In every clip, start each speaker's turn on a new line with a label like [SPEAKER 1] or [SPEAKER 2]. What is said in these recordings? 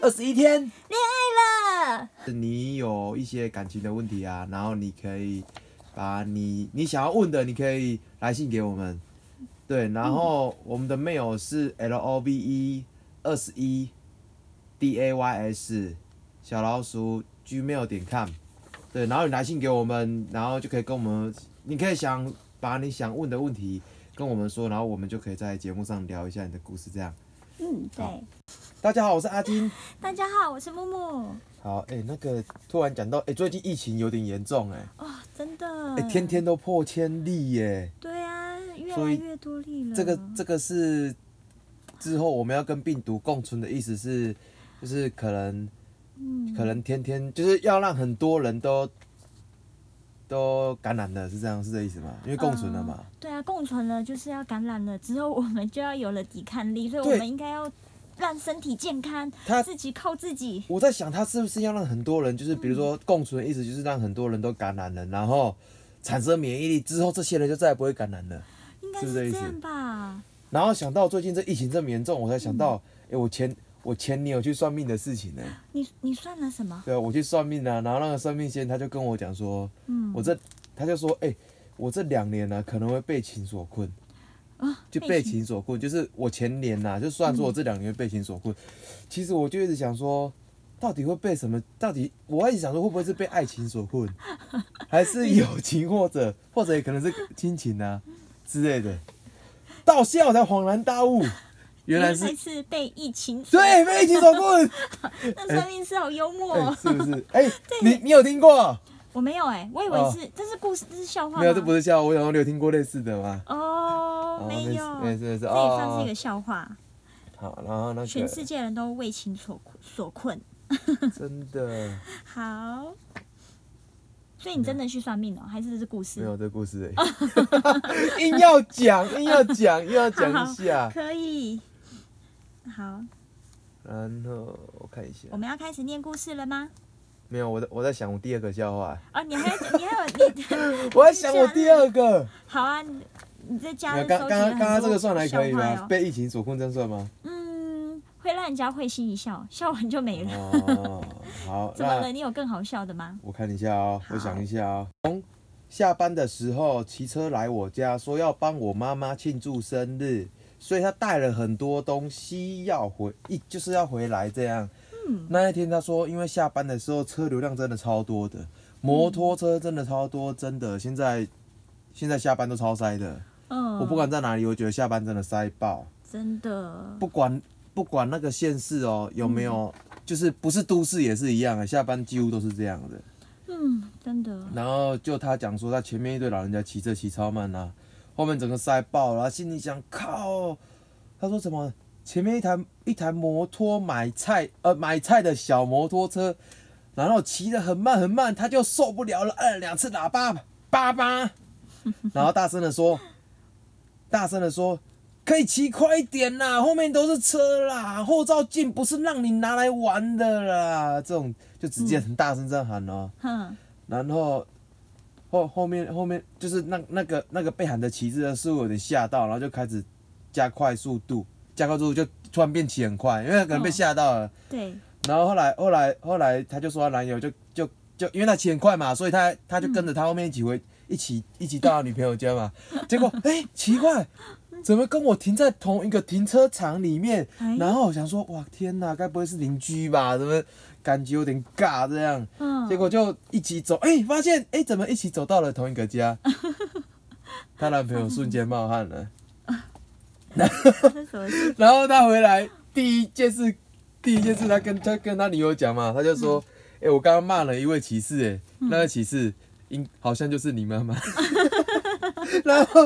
[SPEAKER 1] 二十一天。
[SPEAKER 2] 爱了，
[SPEAKER 1] 你有一些感情的问题啊，然后你可以把你你想要问的，你可以来信给我们。对，然后我们的 mail 是 l o v e 二十一 d a y s 小老鼠 gmail 点 com。对，然后你来信给我们，然后就可以跟我们，你可以想把你想问的问题跟我们说，然后我们就可以在节目上聊一下你的故事。这样，
[SPEAKER 2] 嗯，对
[SPEAKER 1] 好。大家好，我是阿金。
[SPEAKER 2] 大家好，我是木木。
[SPEAKER 1] 好，哎、那个突然讲到，哎、最近疫情有点严重、哎。
[SPEAKER 2] 哦，真的。
[SPEAKER 1] 哎、天。天都破千例耶！
[SPEAKER 2] 对啊，越
[SPEAKER 1] 所
[SPEAKER 2] 来
[SPEAKER 1] 以
[SPEAKER 2] 越多例了。
[SPEAKER 1] 这个这个是之后我们要跟病毒共存的意思是，就是可能
[SPEAKER 2] 嗯，
[SPEAKER 1] 可能天天就是要让很多人都都感染了，是这样是这意思吗？因为共存了嘛
[SPEAKER 2] 呃。对啊，共存了就是要感染了之后，我们就要有了抵抗力，所以我
[SPEAKER 1] 对
[SPEAKER 2] 们应该要让身体健康
[SPEAKER 1] 他，
[SPEAKER 2] 自己靠自己。
[SPEAKER 1] 我在想，他是不是要让很多人，就是比如说共存的意思就是让很多人都感染了，然后产生免疫力之后，这些人就再也不会感染了。
[SPEAKER 2] 应该
[SPEAKER 1] 是不
[SPEAKER 2] 是
[SPEAKER 1] 是这意
[SPEAKER 2] 这
[SPEAKER 1] 思
[SPEAKER 2] 样吧？
[SPEAKER 1] 然后想到最近这疫情这么严重，我才想到，哎、我前我前女友去算命的事情呢、
[SPEAKER 2] 你你算了什么？
[SPEAKER 1] 对啊，我去算命啊，然后那个算命先生他就跟我讲说，
[SPEAKER 2] 嗯，
[SPEAKER 1] 我这他就说，哎、我这两年呢、可能会被情所困，
[SPEAKER 2] 啊
[SPEAKER 1] 就被
[SPEAKER 2] 被请嗯
[SPEAKER 1] 情所困，就是我前年呐、就算说我这两年会被情所困，其实我就一直想说，到底会被什么？到底我一直想说，会不会是被爱情所困，还是友情，或者或者也可能是亲情啊之类的？到现在我才恍然大悟，原来是
[SPEAKER 2] 是被疫情所
[SPEAKER 1] 对被爱情所困，
[SPEAKER 2] 那算命是好幽默
[SPEAKER 1] 哎、
[SPEAKER 2] 哦。
[SPEAKER 1] 是不是？ 哎、你你有听过？
[SPEAKER 2] 我没有哎，我以
[SPEAKER 1] 哦
[SPEAKER 2] 为是这是故事，这是笑话吗。
[SPEAKER 1] 没有，这不是笑话。我想说你有听过类似的吗？
[SPEAKER 2] 哦，
[SPEAKER 1] 哦
[SPEAKER 2] 没
[SPEAKER 1] 没
[SPEAKER 2] 有，
[SPEAKER 1] 事没事没事
[SPEAKER 2] 这也
[SPEAKER 1] 哦
[SPEAKER 2] 算
[SPEAKER 1] 哦
[SPEAKER 2] 是一
[SPEAKER 1] 哦
[SPEAKER 2] 个笑话。
[SPEAKER 1] 好，然后那个
[SPEAKER 2] 全世界人都为情所所困。
[SPEAKER 1] 真的
[SPEAKER 2] 好，所以你真的去算命哦，还是这是故
[SPEAKER 1] 没
[SPEAKER 2] 事？
[SPEAKER 1] 有这故事 而已，硬要讲，硬要讲，硬要讲一 下。啊
[SPEAKER 2] 可以。好，
[SPEAKER 1] 然后我看一下
[SPEAKER 2] 我，们要开始念故事了吗？
[SPEAKER 1] 没有，我在我在想我第二个笑 话，
[SPEAKER 2] 哦，你还有你还有你
[SPEAKER 1] 我在想我第二个。
[SPEAKER 2] 好啊，你你在家
[SPEAKER 1] 没有
[SPEAKER 2] 收
[SPEAKER 1] 刚刚
[SPEAKER 2] 集
[SPEAKER 1] 刚
[SPEAKER 2] 了很
[SPEAKER 1] 刚刚
[SPEAKER 2] 多
[SPEAKER 1] 这个算还可以
[SPEAKER 2] 笑话
[SPEAKER 1] 吧？
[SPEAKER 2] 哦
[SPEAKER 1] 被疫情所困，这样算 吗？
[SPEAKER 2] 嗯，会让人家会心一笑，笑完就没了。
[SPEAKER 1] 哦，好，
[SPEAKER 2] 怎么了？
[SPEAKER 1] 那
[SPEAKER 2] 你有更好笑的吗？
[SPEAKER 1] 我看一下哦，
[SPEAKER 2] 好
[SPEAKER 1] 我想一下哦。从下班的时候骑车来我家，说要帮我妈妈庆祝生日，所以她带了很多东西要回，一就是要回来这样。
[SPEAKER 2] 嗯
[SPEAKER 1] 那一天她说，因为下班的时候车流量真的超多的，摩托车真的超多，真的现在现在下班都超塞的。
[SPEAKER 2] 嗯，
[SPEAKER 1] 我不，管在哪里，我觉得下班真的塞爆，
[SPEAKER 2] 真的
[SPEAKER 1] 不管不管那个县市哦有没有，
[SPEAKER 2] 嗯
[SPEAKER 1] 就是不是都市也是一样啊，下班几乎都是这样的。
[SPEAKER 2] 嗯，真的，
[SPEAKER 1] 然后就他讲说，他前面一堆老人家骑车骑超慢啊，后面整个塞爆了、心里想靠，他说什么？前面一台一台摩托买菜呃买菜的小摩托车，然后骑得很慢很慢，他就受不了了，按了两次喇叭，叭叭，然后大声的说，大声的说，可以骑快一点啦，后面都是车啦，后照镜不是让你拿来玩的啦，这种就直接很大声这样喊哦、
[SPEAKER 2] 哼，
[SPEAKER 1] 然后后后面后面就是那那个那个被喊的旗帜的是我有点吓到，然后就开始加快速度，加快速度就突然变骑很快，因为可能被吓到了。
[SPEAKER 2] 对，
[SPEAKER 1] 然后后来后来后来他就说他男友就就就因为他骑很快嘛，所以他他就跟着他后面一起回、一起一起到他女朋友家嘛。结果哎、奇怪，怎么跟我停在同一个停车场里面？
[SPEAKER 2] 哎
[SPEAKER 1] 然后我想说哇天哪，该不会是邻居吧？怎么感觉有点尬这样？
[SPEAKER 2] 嗯，
[SPEAKER 1] 结果就一起走，哎、发现哎、怎么一起走到了同一个家？ 她男朋友瞬间冒汗了。
[SPEAKER 2] 这是什么事？
[SPEAKER 1] 然后她回来第一件事，第一件事她跟她跟她女友讲嘛，她就说，
[SPEAKER 2] 嗯
[SPEAKER 1] 哎、我刚刚骂了一位骑士、哎、那个骑士应好像就是你妈 妈。然后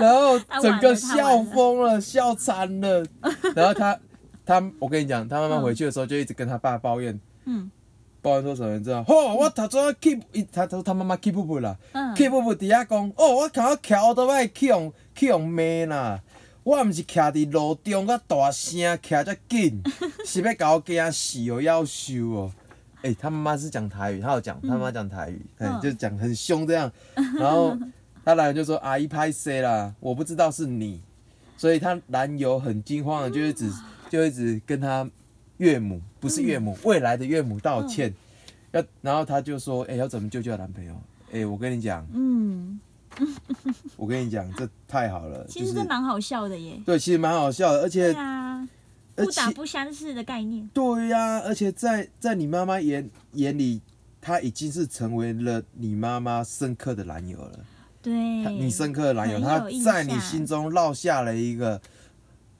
[SPEAKER 1] 然后
[SPEAKER 2] 她
[SPEAKER 1] 整个
[SPEAKER 2] 完了她啊完
[SPEAKER 1] 笑
[SPEAKER 2] 了
[SPEAKER 1] 疯了，笑惨了。然后她她，我跟你讲，她妈妈
[SPEAKER 2] 嗯
[SPEAKER 1] 回去的时候就一直跟她爸抱怨。
[SPEAKER 2] 嗯
[SPEAKER 1] 抱怨说什么？你知道？吼、我头先 keep，他他他妈妈 keep 不啦、
[SPEAKER 2] 嗯
[SPEAKER 1] k e e p 不底下讲，哦，我靠，我徛都爱去用去用骂啦。我毋是徛伫路中，我大声徛遮紧，是要甲我惊死哦，夭寿哦。诶、他妈妈是讲台语，他有讲，他妈妈讲台语，哎、
[SPEAKER 2] 嗯
[SPEAKER 1] 就讲很凶这 样。然后她男友就说：“阿姨拍谁啦？我不知
[SPEAKER 2] 啊
[SPEAKER 1] 道是你。”所以她男友很惊慌的，就一直就一直跟她岳母，不是岳母，
[SPEAKER 2] 嗯
[SPEAKER 1] 未来的岳母道歉，要然后他就说，哎、要怎么救救她男朋友？哎、我跟你讲，
[SPEAKER 2] 嗯，
[SPEAKER 1] 我跟你讲，这太好了，
[SPEAKER 2] 其
[SPEAKER 1] 就
[SPEAKER 2] 实
[SPEAKER 1] 是
[SPEAKER 2] 这蛮好笑的耶。
[SPEAKER 1] 对，其呃实蛮好笑的，而且
[SPEAKER 2] 对啊，
[SPEAKER 1] 而
[SPEAKER 2] 不打
[SPEAKER 1] 且
[SPEAKER 2] 不相识的概念。
[SPEAKER 1] 对呀、而且在在你妈妈眼眼里，她已经是成为了你妈妈深刻的男友了。
[SPEAKER 2] 对
[SPEAKER 1] 她，你深刻的男友，
[SPEAKER 2] 嗯很
[SPEAKER 1] 她
[SPEAKER 2] 有印
[SPEAKER 1] 在你
[SPEAKER 2] 象
[SPEAKER 1] 心中烙下了一个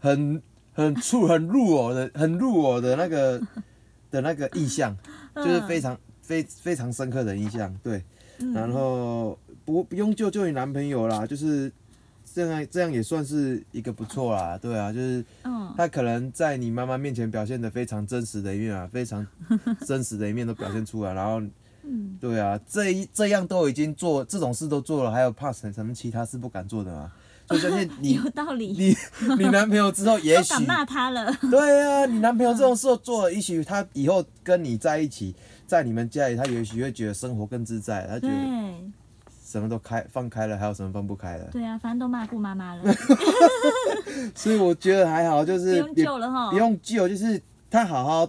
[SPEAKER 1] 很很触很入耳的、很入耳的那个 的那个印象，就是非常非非常深刻的印象。对，
[SPEAKER 2] 嗯
[SPEAKER 1] 然后不不用救救你男朋友啦，就是这样这样也算是一个不错啦。对啊，就是。
[SPEAKER 2] 嗯，
[SPEAKER 1] 他可能在你妈妈面前表现的非常真实的一面啊，非 常真实的一面都表现出来，然后，
[SPEAKER 2] 嗯
[SPEAKER 1] 对啊，这一这样都已经做这种事都做了，还有怕什什么其他事不敢做的吗？所以相 信你
[SPEAKER 2] 有道理，
[SPEAKER 1] 你你男朋友之后，也
[SPEAKER 2] 不
[SPEAKER 1] 许
[SPEAKER 2] 敢骂他了。
[SPEAKER 1] 对啊，你男朋友这种事都做了，也许他以后跟你在一起，在你们家里，他也许会觉得生活更自在，他觉得
[SPEAKER 2] 对，
[SPEAKER 1] 什么都开放开了，还有什么放不开的，
[SPEAKER 2] 对啊，反正都骂顾 妈妈了，
[SPEAKER 1] 所以我觉得还好，就
[SPEAKER 2] 不
[SPEAKER 1] 是
[SPEAKER 2] 用
[SPEAKER 1] 也
[SPEAKER 2] 救了哈
[SPEAKER 1] 不。用救，就是他好好，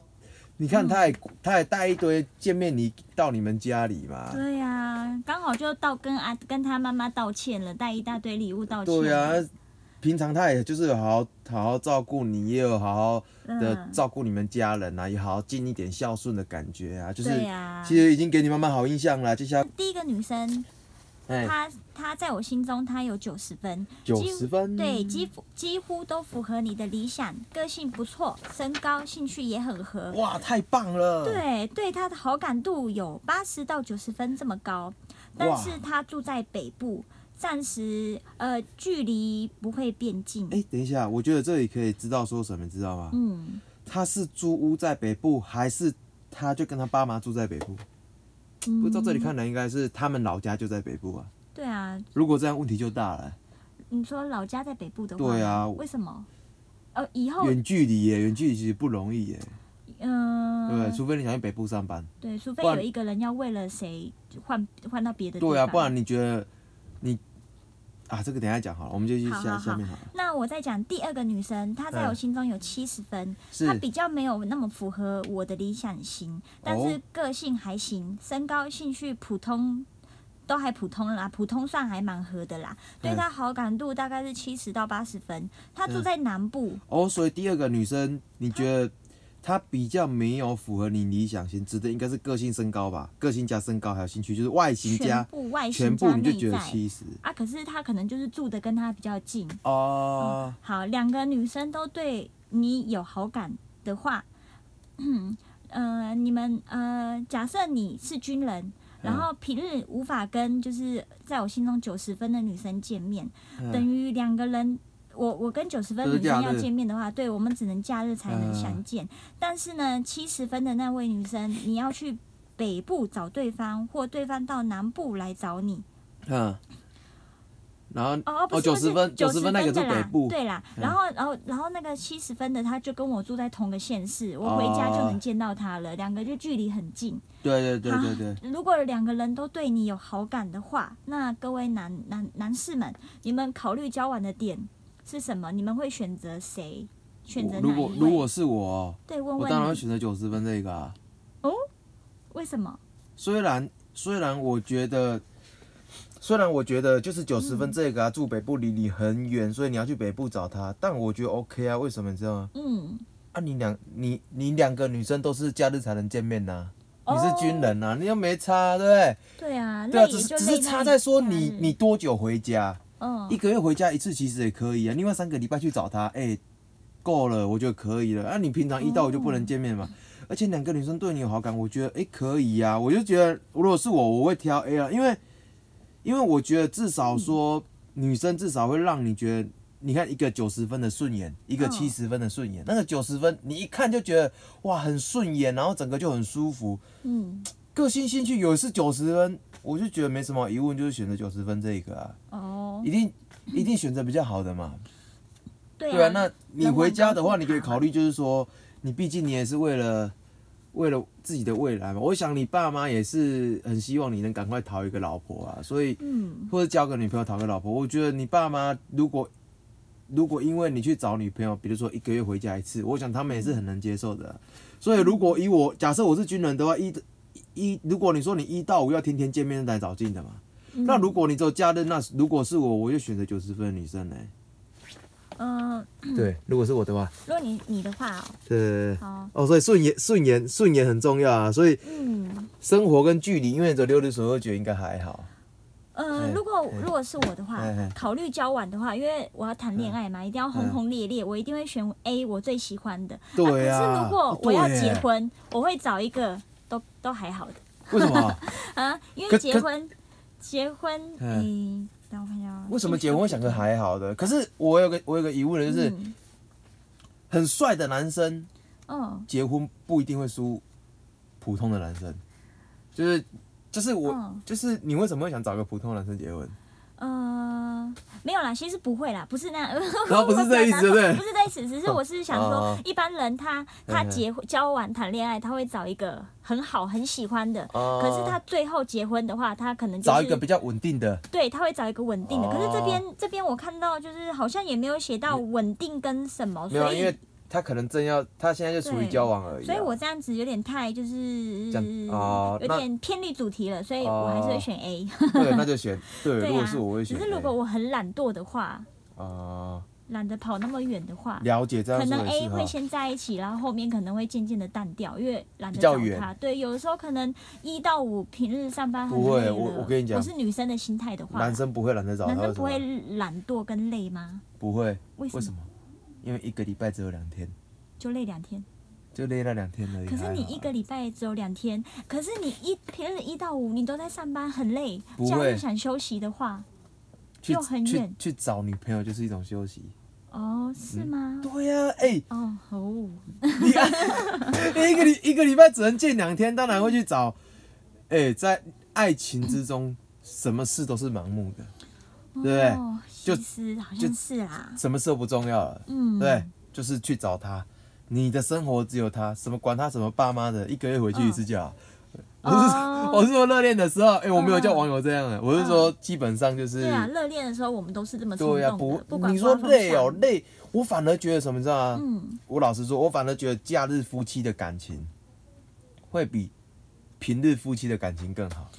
[SPEAKER 1] 你看他也、他也带一堆见面礼到你们家里嘛，
[SPEAKER 2] 对呀、啊，刚好就到跟阿跟他妈妈道歉了，带一大堆礼物道歉。
[SPEAKER 1] 对啊，平常他也就是有好好好好照顾你，也有好好的
[SPEAKER 2] 嗯，
[SPEAKER 1] 照顾你们家人啊，也好好尽一点孝顺的感觉啊，就是、
[SPEAKER 2] 对呀、
[SPEAKER 1] 其实已经给你妈妈好印象了，接下来
[SPEAKER 2] 第一个女生，
[SPEAKER 1] 哎
[SPEAKER 2] 她她在我心中她有九十分，
[SPEAKER 1] 九
[SPEAKER 2] 几乎
[SPEAKER 1] 十分，
[SPEAKER 2] 对，几乎几乎都符合你的理想，个性不错，身高兴趣也很合。
[SPEAKER 1] 哇，太棒了，，
[SPEAKER 2] 对，对她的好感度有八十到九十分这么高，但
[SPEAKER 1] 哇
[SPEAKER 2] 是她住在北部，暂时呃距离不会变近。
[SPEAKER 1] 哎、等一下，我觉得这里可以知道说什么，你知道吗？
[SPEAKER 2] 嗯，
[SPEAKER 1] 他是租屋在北部，还是他就跟他爸妈住在北部？不
[SPEAKER 2] 嗯
[SPEAKER 1] 知道这里看来应该是他们老家就在北部啊。
[SPEAKER 2] 对啊，
[SPEAKER 1] 如果这样问题就大了，
[SPEAKER 2] 你说老家在北部的话，
[SPEAKER 1] 对啊
[SPEAKER 2] 为什么？呃，以后
[SPEAKER 1] 远距离耶，远距离其实不容易耶，
[SPEAKER 2] 嗯、
[SPEAKER 1] 对不对，除非你想去北部上班，
[SPEAKER 2] 对，除非
[SPEAKER 1] 不然
[SPEAKER 2] 有一个人要为了谁换换到别的地方。
[SPEAKER 1] 对啊，不然你觉得你啊，这个等一下讲好了，我们就去
[SPEAKER 2] 好
[SPEAKER 1] 下
[SPEAKER 2] 好
[SPEAKER 1] 下面好了，
[SPEAKER 2] 那我再讲第二个女生，她在
[SPEAKER 1] 嗯
[SPEAKER 2] 我心中有七十分，她
[SPEAKER 1] 是
[SPEAKER 2] 比较没有那么符合我的理想型，但
[SPEAKER 1] 哦
[SPEAKER 2] 是个性还行，身高、兴趣普通。都还普通啦，普通算还蛮合的啦。
[SPEAKER 1] 嗯
[SPEAKER 2] 对她好感度大概是七十到八十分。她住
[SPEAKER 1] 嗯
[SPEAKER 2] 在南部，
[SPEAKER 1] 哦，所以第二个女生，你觉得她比较没有符合你理想型，指的应该是个性、身高吧？个性加身高还有兴趣，就是外形
[SPEAKER 2] 全
[SPEAKER 1] 加
[SPEAKER 2] 部外
[SPEAKER 1] 全
[SPEAKER 2] 形
[SPEAKER 1] 部
[SPEAKER 2] 加
[SPEAKER 1] 你就
[SPEAKER 2] 啊内
[SPEAKER 1] 觉得
[SPEAKER 2] 在
[SPEAKER 1] 七十
[SPEAKER 2] 啊。可是她可能就是住的跟她比较近，
[SPEAKER 1] 哦，
[SPEAKER 2] 好，两个女生都对你有好感的话， 嗯，呃，你们呃，假设你是军人，然后平日无法跟就是在我心中九十分的女生见面，等
[SPEAKER 1] 嗯
[SPEAKER 2] 于两个人。我我跟九十分
[SPEAKER 1] 都是
[SPEAKER 2] 女生
[SPEAKER 1] 假
[SPEAKER 2] 要
[SPEAKER 1] 日
[SPEAKER 2] 见面的话，对我们只能假日才能相
[SPEAKER 1] 嗯
[SPEAKER 2] 见。但是呢，七十分的那位女生，你要去北部找对方，或对方到南部来找你，
[SPEAKER 1] 嗯，然后
[SPEAKER 2] 哦，不
[SPEAKER 1] 哦
[SPEAKER 2] 是不
[SPEAKER 1] 90
[SPEAKER 2] 是
[SPEAKER 1] 分90
[SPEAKER 2] 90
[SPEAKER 1] 分那个
[SPEAKER 2] 的
[SPEAKER 1] 住北
[SPEAKER 2] 啦
[SPEAKER 1] 部嗯
[SPEAKER 2] 对啦。然后，然后，然后那个七十分的，他就跟我住在同个县市，我回家就能
[SPEAKER 1] 哦
[SPEAKER 2] 见到他了，两个就距离很近。
[SPEAKER 1] 对对对对对，
[SPEAKER 2] 如果两个人都对你有好感的话，那各位男男男士们，你们考虑交往的点是什么？你们会选择谁？选择
[SPEAKER 1] 我
[SPEAKER 2] 哪
[SPEAKER 1] 如
[SPEAKER 2] 一
[SPEAKER 1] 果
[SPEAKER 2] 位？
[SPEAKER 1] 如果是我哦。
[SPEAKER 2] 对，问
[SPEAKER 1] 我
[SPEAKER 2] 问
[SPEAKER 1] 当然会
[SPEAKER 2] 你
[SPEAKER 1] 选择九十分这个啊。
[SPEAKER 2] 为什么？
[SPEAKER 1] 虽然虽然我觉得，虽然我觉得就是九十分这个啊，住北部离你很远，所以你要去北部找他，但我觉得 OK 啊。为什么你知道吗？
[SPEAKER 2] 嗯，
[SPEAKER 1] 啊你，两你你两个女生都是假日才能见面呐、
[SPEAKER 2] 哦
[SPEAKER 1] 你是军人呐、你又没差，对不对？
[SPEAKER 2] 对啊，
[SPEAKER 1] 对啊，
[SPEAKER 2] 累
[SPEAKER 1] 只
[SPEAKER 2] 也
[SPEAKER 1] 是
[SPEAKER 2] 就
[SPEAKER 1] 只
[SPEAKER 2] 累嗯
[SPEAKER 1] 是差在说你
[SPEAKER 2] 假日
[SPEAKER 1] 你多久回家，
[SPEAKER 2] 嗯
[SPEAKER 1] 一个月回家一次其实也可以啊。另外三个礼拜去找他，哎、够了，我觉得可以了。那、你平常一到我就不能见面
[SPEAKER 2] 哦
[SPEAKER 1] 嘛。而且两个女生对你有好感，我觉得哎、可以呀、啊。我就觉得如果是我，我会挑 A 啊，因为因为我觉得至少说、女生至少会让你觉得。你看一个九十分的顺眼，一个
[SPEAKER 2] 嗯
[SPEAKER 1] 七十分的顺眼。那个九十分，你一看就觉得哇很顺眼，然后整个就很舒服。
[SPEAKER 2] 嗯
[SPEAKER 1] 个性兴趣有是九十分，我就觉得没什么好疑问，就是选择九十分这一个啊，
[SPEAKER 2] 哦，
[SPEAKER 1] 一定一定选择比较好的嘛。
[SPEAKER 2] 对
[SPEAKER 1] 对啊，那你
[SPEAKER 2] 人往
[SPEAKER 1] 回家
[SPEAKER 2] 高
[SPEAKER 1] 的
[SPEAKER 2] 处
[SPEAKER 1] 话，你可以
[SPEAKER 2] 爬
[SPEAKER 1] 考虑就是说，你毕竟你也是为了为了自己的未来嘛。我想你爸妈也是很希望你能赶快讨一个老婆啊，所以
[SPEAKER 2] 嗯
[SPEAKER 1] 或者交个女朋友讨个老婆。我觉得你爸妈如果如果因为你去找女朋友，比如说一个月回家一次，我想他们也是很能接受的。所以如果以我假设我是军人的话，一一如果你说你一到五要天天见面来找进的嘛，
[SPEAKER 2] 嗯
[SPEAKER 1] 那如果你只有假日，那如果是我，我就选择九十分的女生嘞、
[SPEAKER 2] 嗯、
[SPEAKER 1] 对，如果是我的话，
[SPEAKER 2] 如果你你的话哦，
[SPEAKER 1] 对对对。
[SPEAKER 2] 好，
[SPEAKER 1] 哦，所以顺延顺延顺延很重要啊，所以
[SPEAKER 2] 嗯，
[SPEAKER 1] 生活跟距离，因为只有六日所以我觉得应该还好。
[SPEAKER 2] 呃
[SPEAKER 1] 哎，
[SPEAKER 2] 如果如果是我的话
[SPEAKER 1] 哎哎，嗯
[SPEAKER 2] 考虑交往的话，因为我要谈恋爱嘛，一定要轰轰烈烈，我一定会选 A 我最喜欢的。
[SPEAKER 1] 对
[SPEAKER 2] 啊可
[SPEAKER 1] 啊
[SPEAKER 2] 是如果我要结，
[SPEAKER 1] 对
[SPEAKER 2] 婚，我会找一个都都还好的
[SPEAKER 1] 耶为什 么？
[SPEAKER 2] 啊，因
[SPEAKER 1] 可
[SPEAKER 2] 为结
[SPEAKER 1] 可
[SPEAKER 2] 婚结婚，
[SPEAKER 1] 嗯
[SPEAKER 2] 嗯，让我看一下啊，
[SPEAKER 1] 为什么结婚会想个还好的？可是我有个我有个疑问，就是
[SPEAKER 2] 嗯
[SPEAKER 1] 很帅的男生
[SPEAKER 2] 哦，
[SPEAKER 1] 结婚不一定会输普通的男生，就是就是我、
[SPEAKER 2] 嗯
[SPEAKER 1] 就是你为什么会想找个普通的男生结婚？
[SPEAKER 2] 呃，没有啦，其实不会啦，不是那样，
[SPEAKER 1] 然后哦不是这意思对不对
[SPEAKER 2] 不是这意思，只是我是想
[SPEAKER 1] 哦
[SPEAKER 2] 说
[SPEAKER 1] 哦，
[SPEAKER 2] 一般人他他
[SPEAKER 1] 嗯嗯
[SPEAKER 2] 结婚交往谈恋爱，他会找一个很好很喜欢的，
[SPEAKER 1] 哦
[SPEAKER 2] 可是他最后结婚的话，他可能就
[SPEAKER 1] 找一个
[SPEAKER 2] 是
[SPEAKER 1] 比较稳定的，
[SPEAKER 2] 对，他会找一个稳定的。
[SPEAKER 1] 哦
[SPEAKER 2] 可是这边这边我看到就是好像也没有写到稳定跟什么，
[SPEAKER 1] 嗯没有啊，
[SPEAKER 2] 所
[SPEAKER 1] 因为
[SPEAKER 2] 以
[SPEAKER 1] 他可能正要他现在就处于
[SPEAKER 2] 对
[SPEAKER 1] 交往而已啊、
[SPEAKER 2] 所以我这样子有点太就是
[SPEAKER 1] 这样哦
[SPEAKER 2] 有
[SPEAKER 1] 那
[SPEAKER 2] 点偏离主题了，所以我还是会选 A。
[SPEAKER 1] 对那就选对，
[SPEAKER 2] 对
[SPEAKER 1] 如
[SPEAKER 2] 啊
[SPEAKER 1] 果是我会，选
[SPEAKER 2] 只
[SPEAKER 1] A。
[SPEAKER 2] 是如果我很懒惰的话，
[SPEAKER 1] 啊、
[SPEAKER 2] 懒得跑那么远的话，
[SPEAKER 1] 了解这样
[SPEAKER 2] 可
[SPEAKER 1] 说
[SPEAKER 2] 能
[SPEAKER 1] 也
[SPEAKER 2] A
[SPEAKER 1] 是
[SPEAKER 2] 会
[SPEAKER 1] 哈。
[SPEAKER 2] 先在一起，然后后面可能会渐渐的淡掉，因为懒
[SPEAKER 1] 比
[SPEAKER 2] 得
[SPEAKER 1] 较
[SPEAKER 2] 找
[SPEAKER 1] 远
[SPEAKER 2] 他。对，有的时候可能一到五平日上班很
[SPEAKER 1] 不会
[SPEAKER 2] 累了。
[SPEAKER 1] 我我跟你讲
[SPEAKER 2] 我是女生的心态的话，
[SPEAKER 1] 男生不会懒得找他，
[SPEAKER 2] 男生
[SPEAKER 1] 为什
[SPEAKER 2] 不
[SPEAKER 1] 么
[SPEAKER 2] 会懒惰跟累吗？
[SPEAKER 1] 不会，
[SPEAKER 2] 为
[SPEAKER 1] 为
[SPEAKER 2] 什
[SPEAKER 1] 什么？因为一个礼拜只有两天，
[SPEAKER 2] 就累两天？
[SPEAKER 1] 就累那两天而已。
[SPEAKER 2] 可是你
[SPEAKER 1] 还好啊
[SPEAKER 2] 一个礼拜只有两天，可是你一平日一到五你都在上班，很累。
[SPEAKER 1] 不
[SPEAKER 2] 假日
[SPEAKER 1] 会
[SPEAKER 2] 想休息的话，
[SPEAKER 1] 去
[SPEAKER 2] 又很
[SPEAKER 1] 去
[SPEAKER 2] 远
[SPEAKER 1] 去找女朋友就是一种休息。
[SPEAKER 2] 哦，是
[SPEAKER 1] 嗯
[SPEAKER 2] 吗？
[SPEAKER 1] 对呀、哎、
[SPEAKER 2] 哦，哦，
[SPEAKER 1] 你、一个礼一个礼拜只能见两天，当然会去找。哎、在爱情之中，什么事都是盲目的，对不对？
[SPEAKER 2] 哦，
[SPEAKER 1] 就
[SPEAKER 2] 其实好
[SPEAKER 1] 就
[SPEAKER 2] 像是啦。
[SPEAKER 1] 什么事都不重要了，
[SPEAKER 2] 嗯，
[SPEAKER 1] 对， 就是去找他。你的生活只有他，什么管他什么爸妈的，一个月回去一次就好。我是
[SPEAKER 2] 哦
[SPEAKER 1] 我是说热恋的时候，哎、我没有叫
[SPEAKER 2] 嗯
[SPEAKER 1] 网友这样的，我是说基本上就是
[SPEAKER 2] 对啊，热恋的时候我们都是这么冲
[SPEAKER 1] 对呀、
[SPEAKER 2] 动
[SPEAKER 1] 不
[SPEAKER 2] 的，，不管
[SPEAKER 1] 你说
[SPEAKER 2] 刮风
[SPEAKER 1] 累
[SPEAKER 2] 下
[SPEAKER 1] 哦
[SPEAKER 2] 雨，
[SPEAKER 1] 累，我反而觉得什么，你知道吗？
[SPEAKER 2] 嗯，
[SPEAKER 1] 我老实说，我反而觉得假日夫妻的感情会比平日夫妻的感情更好。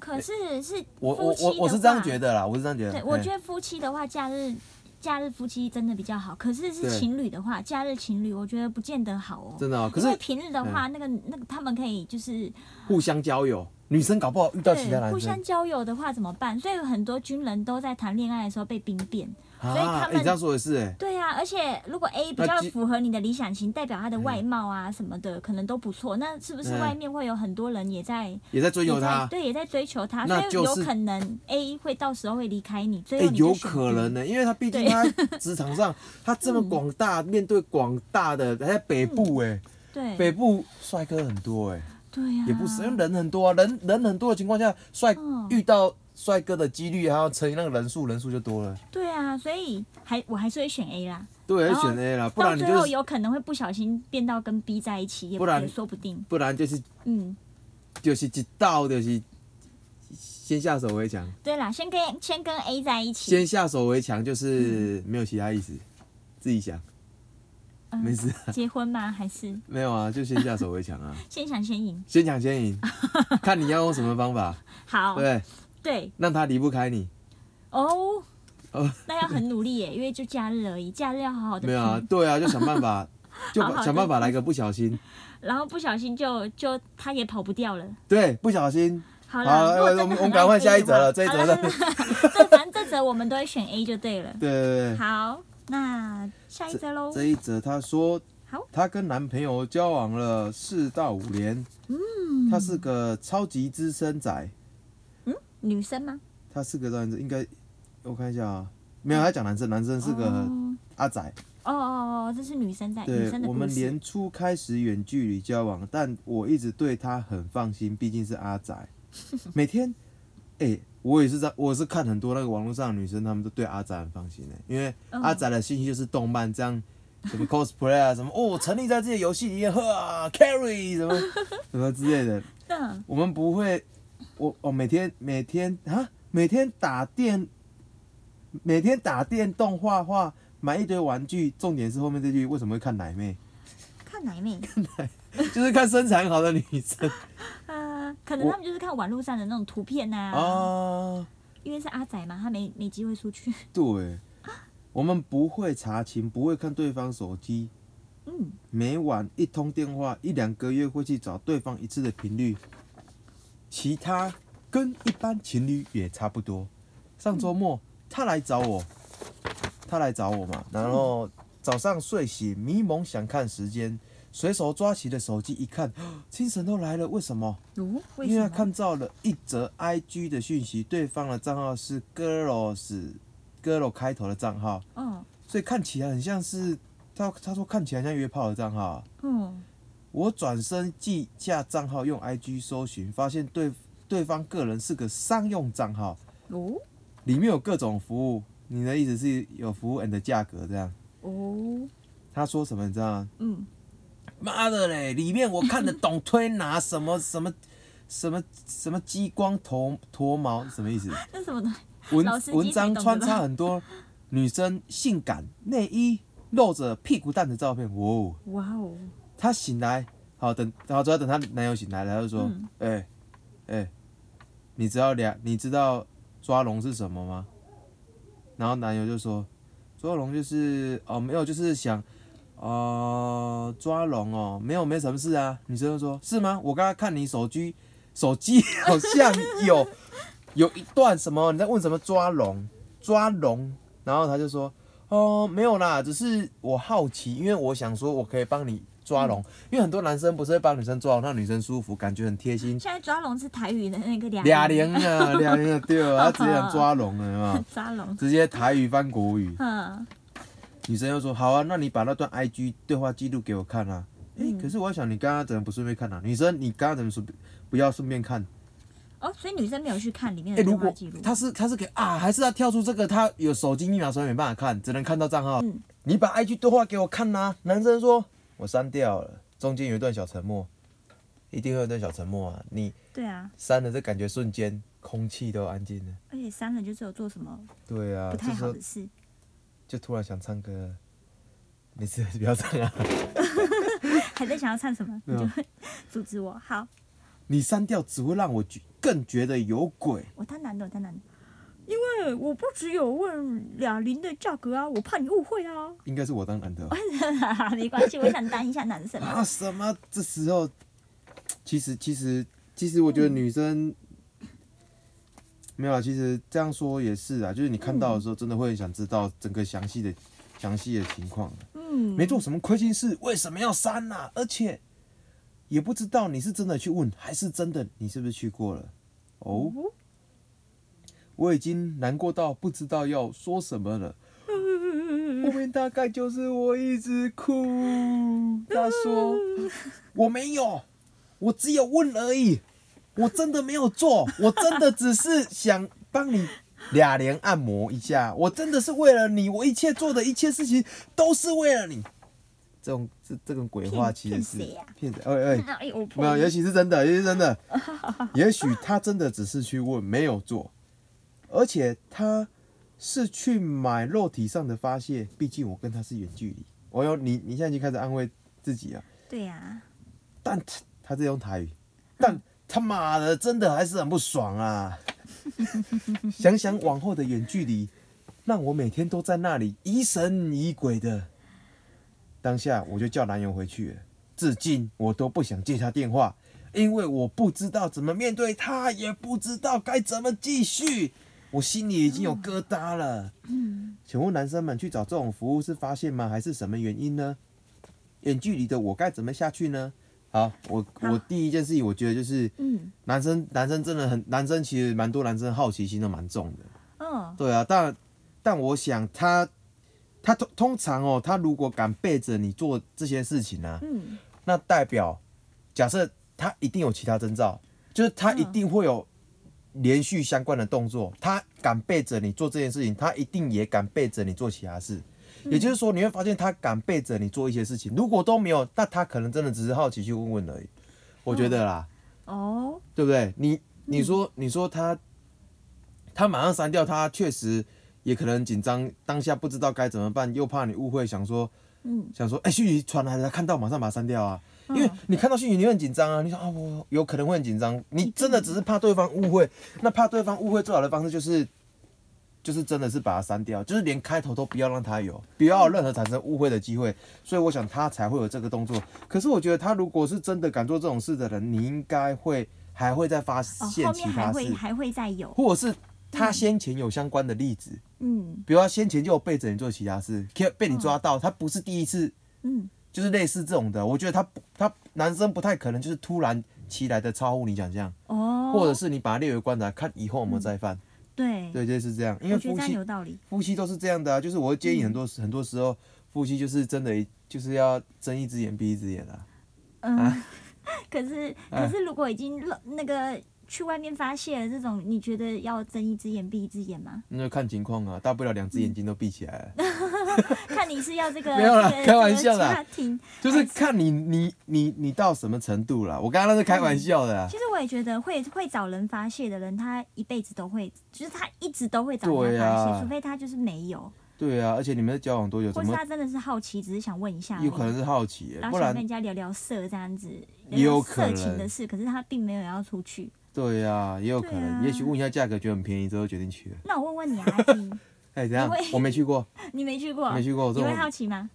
[SPEAKER 2] 可是是
[SPEAKER 1] 我我
[SPEAKER 2] 夫妻
[SPEAKER 1] 我
[SPEAKER 2] 的
[SPEAKER 1] 我是这样
[SPEAKER 2] 话
[SPEAKER 1] 觉，得哎啦，我是这样觉得。
[SPEAKER 2] 对，我觉
[SPEAKER 1] 得
[SPEAKER 2] 得夫妻的话，假日假日夫妻真的比较好，可是是
[SPEAKER 1] 对
[SPEAKER 2] 情侣的话，假日情侣我觉得不见得好哦。
[SPEAKER 1] 真的哦可
[SPEAKER 2] 因为
[SPEAKER 1] 是
[SPEAKER 2] 平日的话，那个那个他们可以就是
[SPEAKER 1] 互相交友，女生搞不好遇到其他
[SPEAKER 2] 对
[SPEAKER 1] 男
[SPEAKER 2] 互
[SPEAKER 1] 生
[SPEAKER 2] 相，交友的话怎么办？所以很多军人都在谈恋爱的时候被兵变。所以他
[SPEAKER 1] 哎
[SPEAKER 2] 们
[SPEAKER 1] 你这样说也是哎、
[SPEAKER 2] 对啊，而且如果 A 比
[SPEAKER 1] 那嗯
[SPEAKER 2] 较
[SPEAKER 1] 基
[SPEAKER 2] 符合你的理想型，代表他的外貌啊什么的，可能都不错。那是不是
[SPEAKER 1] 嗯
[SPEAKER 2] 外面会有很多人也在
[SPEAKER 1] 也在追
[SPEAKER 2] 也
[SPEAKER 1] 求
[SPEAKER 2] 在
[SPEAKER 1] 他。
[SPEAKER 2] 对，也在追求他，
[SPEAKER 1] 那
[SPEAKER 2] 所以
[SPEAKER 1] 就
[SPEAKER 2] 有
[SPEAKER 1] 是
[SPEAKER 2] 可能 A 会到时候会离开你，最
[SPEAKER 1] 哎、
[SPEAKER 2] 后你就
[SPEAKER 1] 有
[SPEAKER 2] 选
[SPEAKER 1] 可
[SPEAKER 2] B
[SPEAKER 1] 能呢、因为他毕竟
[SPEAKER 2] 嗯对嗯
[SPEAKER 1] 他在职场上，他这么广大，面对广大的，还在北部哎、北
[SPEAKER 2] 对
[SPEAKER 1] 部帅哥很多哎、
[SPEAKER 2] 对呀、
[SPEAKER 1] 也不是，因为人很多啊，人人很多的情况下，帅、
[SPEAKER 2] 嗯
[SPEAKER 1] 遇到帅哥的几率还要乘以那个人数，人数就多了。
[SPEAKER 2] 对啊，所以还我还是会选 A 啦，
[SPEAKER 1] 对，
[SPEAKER 2] 然后
[SPEAKER 1] 选 A 啦，不
[SPEAKER 2] 哦到
[SPEAKER 1] 然你
[SPEAKER 2] 最后
[SPEAKER 1] 就是
[SPEAKER 2] 有可能会不小心变到跟 B 在一起，也
[SPEAKER 1] 不然
[SPEAKER 2] 也说不定，
[SPEAKER 1] 不然就是
[SPEAKER 2] 嗯。
[SPEAKER 1] 就是一道就是先下手为强，
[SPEAKER 2] 对啦，先跟先跟 A 在一起，
[SPEAKER 1] 先下手为强就是没有其他意思，自己想，
[SPEAKER 2] 嗯
[SPEAKER 1] 没事，
[SPEAKER 2] 结婚吗？还是
[SPEAKER 1] 没有啊，就先下手为强 啊，
[SPEAKER 2] 先想先赢？
[SPEAKER 1] 先抢先赢，看你要用什么方法，
[SPEAKER 2] 好，
[SPEAKER 1] 对，啊
[SPEAKER 2] 对
[SPEAKER 1] 让他离不开你。
[SPEAKER 2] 哦，
[SPEAKER 1] 哦，
[SPEAKER 2] 那要很努力耶，因为就假日而已，假日要好好的
[SPEAKER 1] 没有啊，对啊，就想办法，就
[SPEAKER 2] 好好地
[SPEAKER 1] 想办法来个不小心，
[SPEAKER 2] 然后不小心就就他也跑不掉了。
[SPEAKER 1] 对，不小心
[SPEAKER 2] 好
[SPEAKER 1] 好
[SPEAKER 2] 了，如果真的
[SPEAKER 1] 我们
[SPEAKER 2] 很
[SPEAKER 1] 我们赶快
[SPEAKER 2] 爱
[SPEAKER 1] 下一
[SPEAKER 2] A 的
[SPEAKER 1] 则了
[SPEAKER 2] 话
[SPEAKER 1] 这一
[SPEAKER 2] 好
[SPEAKER 1] 则
[SPEAKER 2] 了
[SPEAKER 1] 了
[SPEAKER 2] 这反正这则我们都会选 A 就对了。
[SPEAKER 1] 对对对。
[SPEAKER 2] 好，那下一则喽。
[SPEAKER 1] 这一则她说
[SPEAKER 2] 哦好，
[SPEAKER 1] 她跟男朋友交往了四到五年，嗯，她是个超级资深仔，
[SPEAKER 2] 女生吗？
[SPEAKER 1] 她是个男生，应该我看一下啊，没有，她讲男生，男生是个
[SPEAKER 2] 哦
[SPEAKER 1] 阿仔，
[SPEAKER 2] 哦哦，哦这是女生在女
[SPEAKER 1] 对
[SPEAKER 2] 生的
[SPEAKER 1] 我
[SPEAKER 2] 故
[SPEAKER 1] 们
[SPEAKER 2] 事。
[SPEAKER 1] 年初开始远距离交往，但我一直对他很放心，毕竟是阿 仔，每天，哎、我也是在，我是看很多那个网络上的女生，她们都对阿仔很放心的、欸因为
[SPEAKER 2] 嗯
[SPEAKER 1] 阿仔的信息就是动漫这样，什么 cosplay 啊，什么哦，沉溺在自己的游戏里面，呵、啊、，carry 什么什么之类的，
[SPEAKER 2] 嗯，
[SPEAKER 1] 我们不会，我哦，每天每天啊，每天打电，每天打电动画画，买一堆玩具，重点是后面这句为什么会看奶妹？
[SPEAKER 2] 看奶妹，
[SPEAKER 1] 就是看身材好的女生
[SPEAKER 2] 呃，可能他们就是看网络上的那种图片呐、
[SPEAKER 1] 啊。
[SPEAKER 2] 因为是阿仔嘛，他没没机会出去。
[SPEAKER 1] 对，我们不会查勤，不会看对方手机，
[SPEAKER 2] 嗯，
[SPEAKER 1] 每晚一通电话，一两个月会去找对方一次的频率，其他跟一般情侣也差不多。上周末他来找我，他来找我嘛，然后早上睡醒迷蒙想看时间，随手抓起了手机一看，哦精神都来了，为什么？
[SPEAKER 2] 哦， 为
[SPEAKER 1] 因
[SPEAKER 2] 什
[SPEAKER 1] 为他
[SPEAKER 2] 么？
[SPEAKER 1] 看到了一则 IG 的讯息，对方的账号是 girls girl 开头的账号，
[SPEAKER 2] 哦，
[SPEAKER 1] 所以看起来很像是他他说看起来像约炮的账号啊。
[SPEAKER 2] 嗯，
[SPEAKER 1] 我转身记下账号，用 IG 搜寻，发现对对方个人是个商用账号，
[SPEAKER 2] 哦，
[SPEAKER 1] 里面有各种服务。你的意思是有服务 and 价格这样？
[SPEAKER 2] 哦，
[SPEAKER 1] 他说什么你知道吗？
[SPEAKER 2] 嗯，
[SPEAKER 1] 妈的嘞，里面我看得懂推拿什么什么什么什么激光脱脱毛什么意思？
[SPEAKER 2] 那什么东西？
[SPEAKER 1] 文
[SPEAKER 2] 老司机
[SPEAKER 1] 文章
[SPEAKER 2] 才懂
[SPEAKER 1] 穿
[SPEAKER 2] 的吧
[SPEAKER 1] 插很多女生性感内衣露着屁股蛋的照片，哇、哦！
[SPEAKER 2] 哇哦，
[SPEAKER 1] 她醒来，好等，好主要等她男友醒来，然后说，
[SPEAKER 2] 嗯
[SPEAKER 1] 哎、哎、你知道俩，你知道抓龙是什么吗？然后男友就说，抓龙就是哦，没有，就是想。哦、抓龙哦，没有，没什么事啊。女生就说：“是吗？我刚刚看你手机，手机好像有 有一段什么，你在问什么抓龙，抓龙。”然后他就说：“哦，没有啦，只是我好奇，因为我想说我可以帮你抓龙，因为很多男生不是会帮女生抓龙，让女生舒服，感觉很贴心。
[SPEAKER 2] 现在抓龙是台语的那个 两
[SPEAKER 1] 俩零啊，俩零啊，对啊，他直接想抓龙了嘛，
[SPEAKER 2] 抓龙，
[SPEAKER 1] 直接台语翻国语。
[SPEAKER 2] 嗯，
[SPEAKER 1] 女生又说：“好啊，那你把那段 IG 对话记录给我看啊。诶，
[SPEAKER 2] 嗯
[SPEAKER 1] 可是我在想，你刚刚怎么不顺便看啊？女生，你刚刚怎么顺便不要顺便看？
[SPEAKER 2] 哦，所以女生没有去看里面
[SPEAKER 1] 诶，
[SPEAKER 2] 的对
[SPEAKER 1] 如
[SPEAKER 2] 话
[SPEAKER 1] 果
[SPEAKER 2] 记录，
[SPEAKER 1] 他是他是给啊，还是他跳出这个，他有手机密码，所以没办法看，只能看到账号。
[SPEAKER 2] 嗯
[SPEAKER 1] 你把 IG 对话给我看呐、啊男生说：“我删掉了。”中间有一段小沉默，一定会有一段小沉默啊。你
[SPEAKER 2] 对啊，
[SPEAKER 1] 删了，这感觉瞬间空气都安静了。
[SPEAKER 2] 而且删了就是有做什么
[SPEAKER 1] 对啊
[SPEAKER 2] 不，
[SPEAKER 1] 这
[SPEAKER 2] 太
[SPEAKER 1] 时
[SPEAKER 2] 好
[SPEAKER 1] 候
[SPEAKER 2] 的事，
[SPEAKER 1] 就突然想唱歌了，你是不要唱啊。
[SPEAKER 2] 还在想要唱什么，你
[SPEAKER 1] 对啊
[SPEAKER 2] 就会阻止我。好，
[SPEAKER 1] 你删掉只会让我觉更觉得有鬼。
[SPEAKER 2] 我当男的，我当男的，因为我不只有问哑铃的价格啊，我怕你误会啊。
[SPEAKER 1] 应该是我当男的哦
[SPEAKER 2] 没关系，我想当一下男生。
[SPEAKER 1] 啊！什么？这时候，其实其实其实，我觉得女生、没有啊。其实这样说也是啊，就是你看到的时候，真的会很想知道整个详细的详细的情况。
[SPEAKER 2] 嗯，
[SPEAKER 1] 没做什么亏心事，为什么要删呐、而且也不知道你是真的去问，还是真的你是不是去过了？哦，我已经难过到不知道要说什么了。后面大概就是我一直哭。他说我没有，我只有问而已，我真的没有做，我真的只是想帮你俩连按摩一下，我真的是为了你，我一切做的一切事情都是为了你。这种这这种鬼话
[SPEAKER 2] 骗
[SPEAKER 1] 其实是
[SPEAKER 2] 骗谁啊
[SPEAKER 1] 骗
[SPEAKER 2] 呀
[SPEAKER 1] 谁？哎哎、
[SPEAKER 2] 哎呦，我
[SPEAKER 1] 没有，也许是真的，也许是真的，也许他真的只是去问，没有做，而且他是去买肉体上的发泄，毕竟我跟他是远距离。我有你，你现在已经开始安慰自己啊，
[SPEAKER 2] 对呀、
[SPEAKER 1] 但他他在用台语，但他妈的真的还是很不爽啊！想想往后的远距离，让我每天都在那里疑神疑鬼的。当下我就叫男友回去了，至今我都不想接他电话，因为我不知道怎么面对他，也不知道该怎么继续，我心里已经有疙瘩了。请问男生们去找这种服务是发现吗，还是什么原因呢？远距离的我该怎么下去呢？好，我我
[SPEAKER 2] 好
[SPEAKER 1] 第一件事情，我觉得就是
[SPEAKER 2] 嗯
[SPEAKER 1] 男生男生真的很，男生其实蛮多男生好奇心都蛮重的。
[SPEAKER 2] 嗯，
[SPEAKER 1] 对啊，但但我想他他通通常哦，他如果敢背着你做这些事情呢、啊，
[SPEAKER 2] 嗯，
[SPEAKER 1] 那代表假设他一定有其他征兆，就是他一定会有连续相关的动作。他敢背着你做这件事情，他一定也敢背着你做其他事。也就是说，你会发现他敢背着你做一些事情，如果都没有，那他可能真的只是好奇去问问而已。我觉得啦，
[SPEAKER 2] 哦，
[SPEAKER 1] 对不对？你你说你说他他马上删掉，他确实也可能紧张，当下不知道该怎么办，又怕你误会，想说
[SPEAKER 2] 嗯，
[SPEAKER 1] 想说，哎、讯息传来了，看到马上把它删掉啊。
[SPEAKER 2] 嗯
[SPEAKER 1] 因为你看到讯息，你会很紧张啊！你说啊，我有可能会很紧张。你真的只是怕对方误会，那怕对方误会最好的方式就是，就是真的是把它删掉，就是连开头都不要让他有，不要有任何产生误会的机会。所以我想他才会有这个动作。可是我觉得他如果是真的敢做这种事的人，你应该会还会再发
[SPEAKER 2] 哦，
[SPEAKER 1] 现
[SPEAKER 2] 后
[SPEAKER 1] 其
[SPEAKER 2] 面还
[SPEAKER 1] 他事，
[SPEAKER 2] 会还会再有，
[SPEAKER 1] 或者是他先前有相关的例子，
[SPEAKER 2] 嗯
[SPEAKER 1] 比如他先前就有背着你做其他事，可被你抓到，他不是第一次
[SPEAKER 2] 嗯
[SPEAKER 1] 就是类似这种的，我觉得他不他男生不太可能就是突然起来的超乎你想象，
[SPEAKER 2] 哦，
[SPEAKER 1] 或者是你把他列为观察，看以后有没有再犯。
[SPEAKER 2] 对，
[SPEAKER 1] 对，就是这样，因为
[SPEAKER 2] 我觉得
[SPEAKER 1] 夫
[SPEAKER 2] 这样
[SPEAKER 1] 妻
[SPEAKER 2] 有道嗯理，
[SPEAKER 1] 夫妻都是这样的啊，就是我会建议很多时、很多时候夫妻就是真的就是要睁一只眼闭一只眼啊。
[SPEAKER 2] 嗯， 可是可是如果已经露那个去外面发泄了这种，你觉得要睁一只眼闭一只 眼吗？
[SPEAKER 1] 那就看情况啊，大不了两只眼睛都闭起 来啊了，
[SPEAKER 2] 看你是要这个
[SPEAKER 1] 没有啦
[SPEAKER 2] 这个
[SPEAKER 1] 开玩笑啦
[SPEAKER 2] 这个家庭
[SPEAKER 1] 就是看你你你你到什么程度啦。我刚刚那是开玩笑的、啊
[SPEAKER 2] 其，实我也觉得会会找人发泄的人，他一辈子都会，就是他一直都会找人
[SPEAKER 1] 对
[SPEAKER 2] 家发泄，
[SPEAKER 1] 啊
[SPEAKER 2] 除非他就是没有，
[SPEAKER 1] 对啊，而且你们在交往多久？
[SPEAKER 2] 或
[SPEAKER 1] 怎
[SPEAKER 2] 是
[SPEAKER 1] 么
[SPEAKER 2] 他真的是好奇，只是想问一下而已，
[SPEAKER 1] 有可能是好奇、欸，
[SPEAKER 2] 然
[SPEAKER 1] 不
[SPEAKER 2] 后想跟
[SPEAKER 1] 然
[SPEAKER 2] 人家聊聊色这样子，
[SPEAKER 1] 也有
[SPEAKER 2] 聊聊
[SPEAKER 1] 可能
[SPEAKER 2] 色情的事，可是他并没有要出去。
[SPEAKER 1] 对呀、也有可
[SPEAKER 2] 对
[SPEAKER 1] 能，
[SPEAKER 2] 啊
[SPEAKER 1] 也许问一下价格，觉得很便宜之后决定去了。
[SPEAKER 2] 那我问问你啊，阿金
[SPEAKER 1] 哎、怎样
[SPEAKER 2] 因为？
[SPEAKER 1] 我没去 过，
[SPEAKER 2] 你没去过，
[SPEAKER 1] 没去过这
[SPEAKER 2] 你
[SPEAKER 1] 种
[SPEAKER 2] 会好奇吗？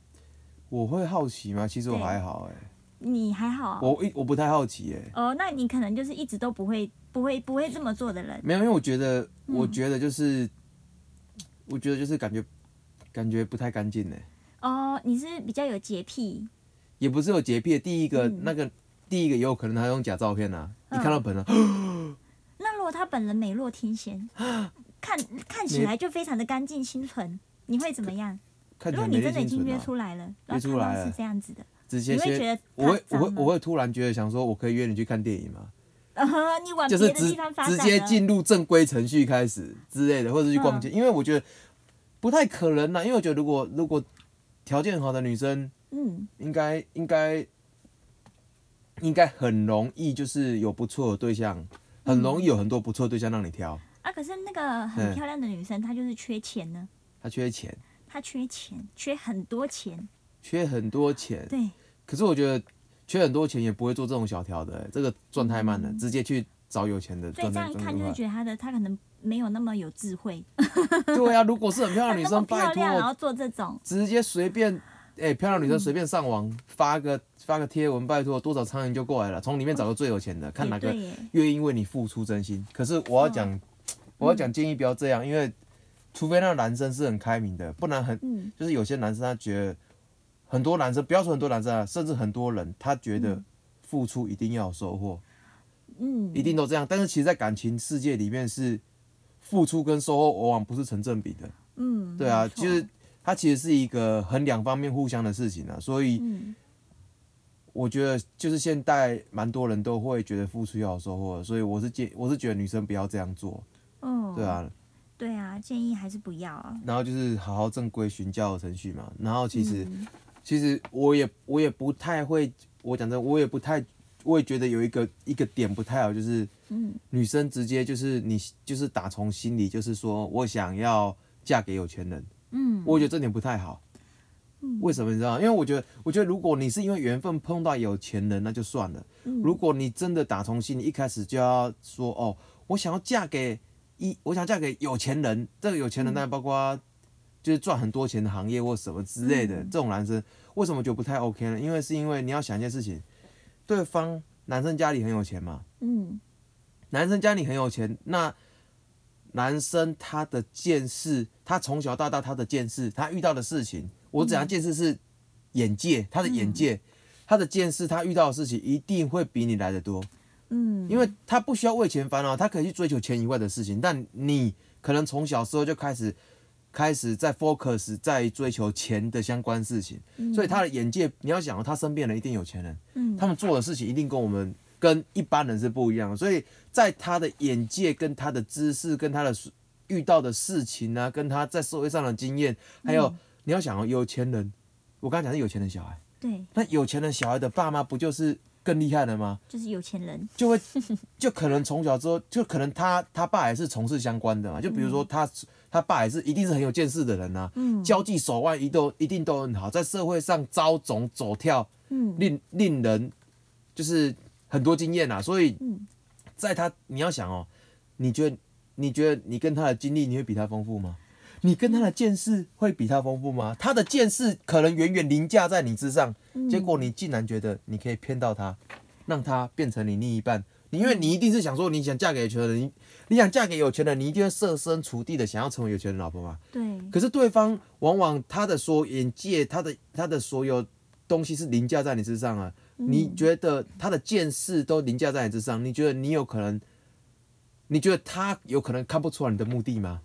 [SPEAKER 1] 我会好奇吗？其实我
[SPEAKER 2] 对
[SPEAKER 1] 还好哎、
[SPEAKER 2] 你还好啊、
[SPEAKER 1] 我一我不太好奇哎、
[SPEAKER 2] 哦，那你可能就是一直都不会、不会、不会这么做的人。
[SPEAKER 1] 没有，因为我觉得，我
[SPEAKER 2] 嗯
[SPEAKER 1] 觉得就是，我觉得就是感觉感觉不太干净哎，
[SPEAKER 2] 哦，你是比较有洁癖，
[SPEAKER 1] 也不是有洁癖的。第一个、
[SPEAKER 2] 嗯
[SPEAKER 1] 那个，第一个也有可能他用假照片啊，
[SPEAKER 2] 嗯
[SPEAKER 1] 你看到本人、
[SPEAKER 2] 那如果他本人美若 天仙，看看起来就非常的干净清纯，你会怎么样？
[SPEAKER 1] 看
[SPEAKER 2] 如
[SPEAKER 1] 起
[SPEAKER 2] 果
[SPEAKER 1] 来
[SPEAKER 2] 你
[SPEAKER 1] 没力
[SPEAKER 2] 真的已
[SPEAKER 1] 清
[SPEAKER 2] 经
[SPEAKER 1] 纯
[SPEAKER 2] 约
[SPEAKER 1] 啊，
[SPEAKER 2] 出来了，
[SPEAKER 1] 约
[SPEAKER 2] 然
[SPEAKER 1] 出
[SPEAKER 2] 后
[SPEAKER 1] 来
[SPEAKER 2] 看到
[SPEAKER 1] 了
[SPEAKER 2] 是这样子的，
[SPEAKER 1] 直接
[SPEAKER 2] 你会
[SPEAKER 1] 先
[SPEAKER 2] 觉得
[SPEAKER 1] 我会我
[SPEAKER 2] 他脏
[SPEAKER 1] 会
[SPEAKER 2] 吗
[SPEAKER 1] 我会突然觉得想说，我可以约你去看电影吗？
[SPEAKER 2] 呃， 你往
[SPEAKER 1] 就
[SPEAKER 2] 别
[SPEAKER 1] 是
[SPEAKER 2] 的
[SPEAKER 1] 直
[SPEAKER 2] 地方发展
[SPEAKER 1] 直
[SPEAKER 2] 嗯了
[SPEAKER 1] 接进入正规程序开始之类的，或者去逛街，因为我觉得不太可能啦。因为我觉得如果如果条件好的女生，
[SPEAKER 2] 嗯，
[SPEAKER 1] 应该应该应该很容易就是有不错的对象，很容易
[SPEAKER 2] 嗯
[SPEAKER 1] 有很多不错的对象让你挑。
[SPEAKER 2] 啊，可是那个很
[SPEAKER 1] 嗯
[SPEAKER 2] 漂亮的女生，她就是缺钱呢，
[SPEAKER 1] 她缺钱，
[SPEAKER 2] 她缺钱，缺很多钱，
[SPEAKER 1] 缺很多钱，
[SPEAKER 2] 对，
[SPEAKER 1] 可是我觉得缺很多钱也不会做这种小条的、欸这个赚太慢了，直接去找有钱的
[SPEAKER 2] 嗯所以
[SPEAKER 1] 赚太
[SPEAKER 2] 这样一看
[SPEAKER 1] 赚
[SPEAKER 2] 就
[SPEAKER 1] 太
[SPEAKER 2] 会
[SPEAKER 1] 快。
[SPEAKER 2] 觉得她的她可能没有那么有智慧，
[SPEAKER 1] 对啊，如果是很漂
[SPEAKER 2] 她
[SPEAKER 1] 亮的女
[SPEAKER 2] 那
[SPEAKER 1] 生
[SPEAKER 2] 么，
[SPEAKER 1] 拜
[SPEAKER 2] 漂亮，啊然
[SPEAKER 1] 托
[SPEAKER 2] 后做这种，
[SPEAKER 1] 直接随便，哎、漂亮女生
[SPEAKER 2] 嗯
[SPEAKER 1] 随便上网发个发个贴文，拜托，多少苍蝇就过来了，从里面找个最有钱的，看
[SPEAKER 2] 也
[SPEAKER 1] 哪个
[SPEAKER 2] 哦对哦耶，
[SPEAKER 1] 愿意为你付出真心。可是我要讲，我要
[SPEAKER 2] 嗯
[SPEAKER 1] 讲建议不要这样，因为除非那男生是很开明的，不然很
[SPEAKER 2] 嗯
[SPEAKER 1] 就是有些男生他觉得，很多男生不要说很多男生啊，甚至很多人他觉得付出一定要有收获，
[SPEAKER 2] 嗯，
[SPEAKER 1] 一定都这样。但是其实，在感情世界里面是付出跟收获往往不是成正比的。
[SPEAKER 2] 嗯，
[SPEAKER 1] 对啊，
[SPEAKER 2] 没错
[SPEAKER 1] 就是它其实是一个很两方面互相的事情啊，所以
[SPEAKER 2] 嗯
[SPEAKER 1] 我觉得就是现代蛮多人都会觉得付出要有收获，所以我是建我是觉得女生不要这样做，
[SPEAKER 2] 哦，
[SPEAKER 1] 对，啊，
[SPEAKER 2] 对啊，建议还是不要啊，
[SPEAKER 1] 然后就是好好正规寻教的程序嘛，然后其实、
[SPEAKER 2] 嗯
[SPEAKER 1] 其实我也我也不太会，我讲真的，我也不太我也觉得有一个一个点不太好，就是
[SPEAKER 2] 嗯
[SPEAKER 1] 女生直接就是你就是打从心里就是说我想要嫁给有钱人，
[SPEAKER 2] 嗯，
[SPEAKER 1] 我觉得这点不太好。为什么你知道吗？因为我觉得，我觉得如果你是因为缘分碰到有钱人，那就算了。
[SPEAKER 2] 嗯
[SPEAKER 1] 如果你真的打从心里一开始就要说，哦，我想要嫁给一，我想嫁给有钱人，这个有钱人当然包括就是赚很多钱的行业或什么之类的、
[SPEAKER 2] 嗯
[SPEAKER 1] 这种男生，为什么就不太 OK 呢？因为是因为你要想一件事情，对方男生家里很有钱嘛，
[SPEAKER 2] 嗯
[SPEAKER 1] 男生家里很有钱，那男生他的见识，他从小到大他的见识，他遇到的事情，我怎样见识是眼界，他的眼界，他的见识，他遇到的事情一定会比你来的多，
[SPEAKER 2] 嗯，
[SPEAKER 1] 因为他不需要为钱烦恼，他可以去追求钱以外的事情，但你可能从小时候就开始。开始在 focus 在追求钱的相关事情，所以他的眼界，你要想哦，他身边的人一定有钱人，
[SPEAKER 2] 嗯
[SPEAKER 1] 他们做的事情一定跟我们跟一般人是不一样的，所以在他的眼界、跟他的知识、跟他的所遇到的事情啊，跟他在社会上的经验，还有、你要想哦，有钱人，我刚才讲是有钱人小孩，
[SPEAKER 2] 对，
[SPEAKER 1] 那有钱人小孩的爸妈不就是更厉害了吗？
[SPEAKER 2] 就是有钱人，
[SPEAKER 1] 就会就可能从小之后，就可能他他爸也是从事相关的嘛，就比如说他他爸也是一定是很有见识的人呐、啊
[SPEAKER 2] 嗯
[SPEAKER 1] 交际手腕一都一定都很好，在社会上招总走跳，
[SPEAKER 2] 嗯
[SPEAKER 1] 令令人就是很多经验呐、所以
[SPEAKER 2] 嗯
[SPEAKER 1] 在他你要想哦，你觉得你觉得你跟他的经历，你会比他丰富吗？你跟他的见识会比他丰富吗？他的见识可能远远凌驾在你之上，
[SPEAKER 2] 嗯
[SPEAKER 1] 结果你竟然觉得你可以骗到他，让他变成你另一半。你因为你一定是想说，你想嫁给有钱人，你你想嫁给有钱人，你一定会设身处地的想要成为有钱人老婆嘛。
[SPEAKER 2] 对，
[SPEAKER 1] 可是对方往往他的所眼界，他的他的所有东西是凌驾在你之上啊。你觉得他的见识都凌驾在你之上，你觉得你有可能？你觉得他有可能看不出来你的目的吗？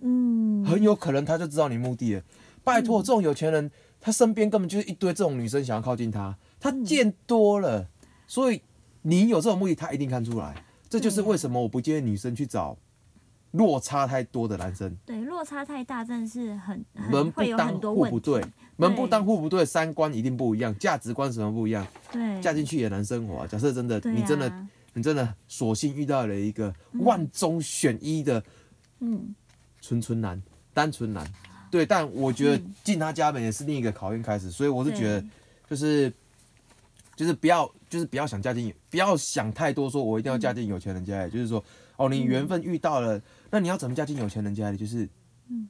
[SPEAKER 2] 嗯
[SPEAKER 1] 很有可能他就知道你目的了。拜托，这种有钱人，他身边根本就是一堆这种女生想要靠近他，他见多了，所以你有这种目的，他一定看出来。这就是为什么我不建议女生去找落差太多的男生。
[SPEAKER 2] 对，落差太大，真的是很
[SPEAKER 1] 门
[SPEAKER 2] 很
[SPEAKER 1] 不
[SPEAKER 2] 哎会有
[SPEAKER 1] 当
[SPEAKER 2] 很多
[SPEAKER 1] 户
[SPEAKER 2] 问
[SPEAKER 1] 不
[SPEAKER 2] 题。
[SPEAKER 1] 对，门不当户不对，三观一定不一样，价值观什么不一样，
[SPEAKER 2] 对，
[SPEAKER 1] 嫁进去也难生活、啊。假设真的，
[SPEAKER 2] 对
[SPEAKER 1] 你真的，
[SPEAKER 2] 啊
[SPEAKER 1] 你真的索性遇到了一个万中选一的
[SPEAKER 2] 嗯
[SPEAKER 1] 纯纯男、单纯男，对。但我觉得进他家门也是另一个考验开始，所以我是觉得
[SPEAKER 2] 嗯对
[SPEAKER 1] 就是就是不要就是不要想嫁进，不要想太多，说我一定要嫁进有钱人
[SPEAKER 2] 嗯
[SPEAKER 1] 家里，就是说哦，你缘分遇到了，那你要怎么嫁进有钱人家里？就是
[SPEAKER 2] 嗯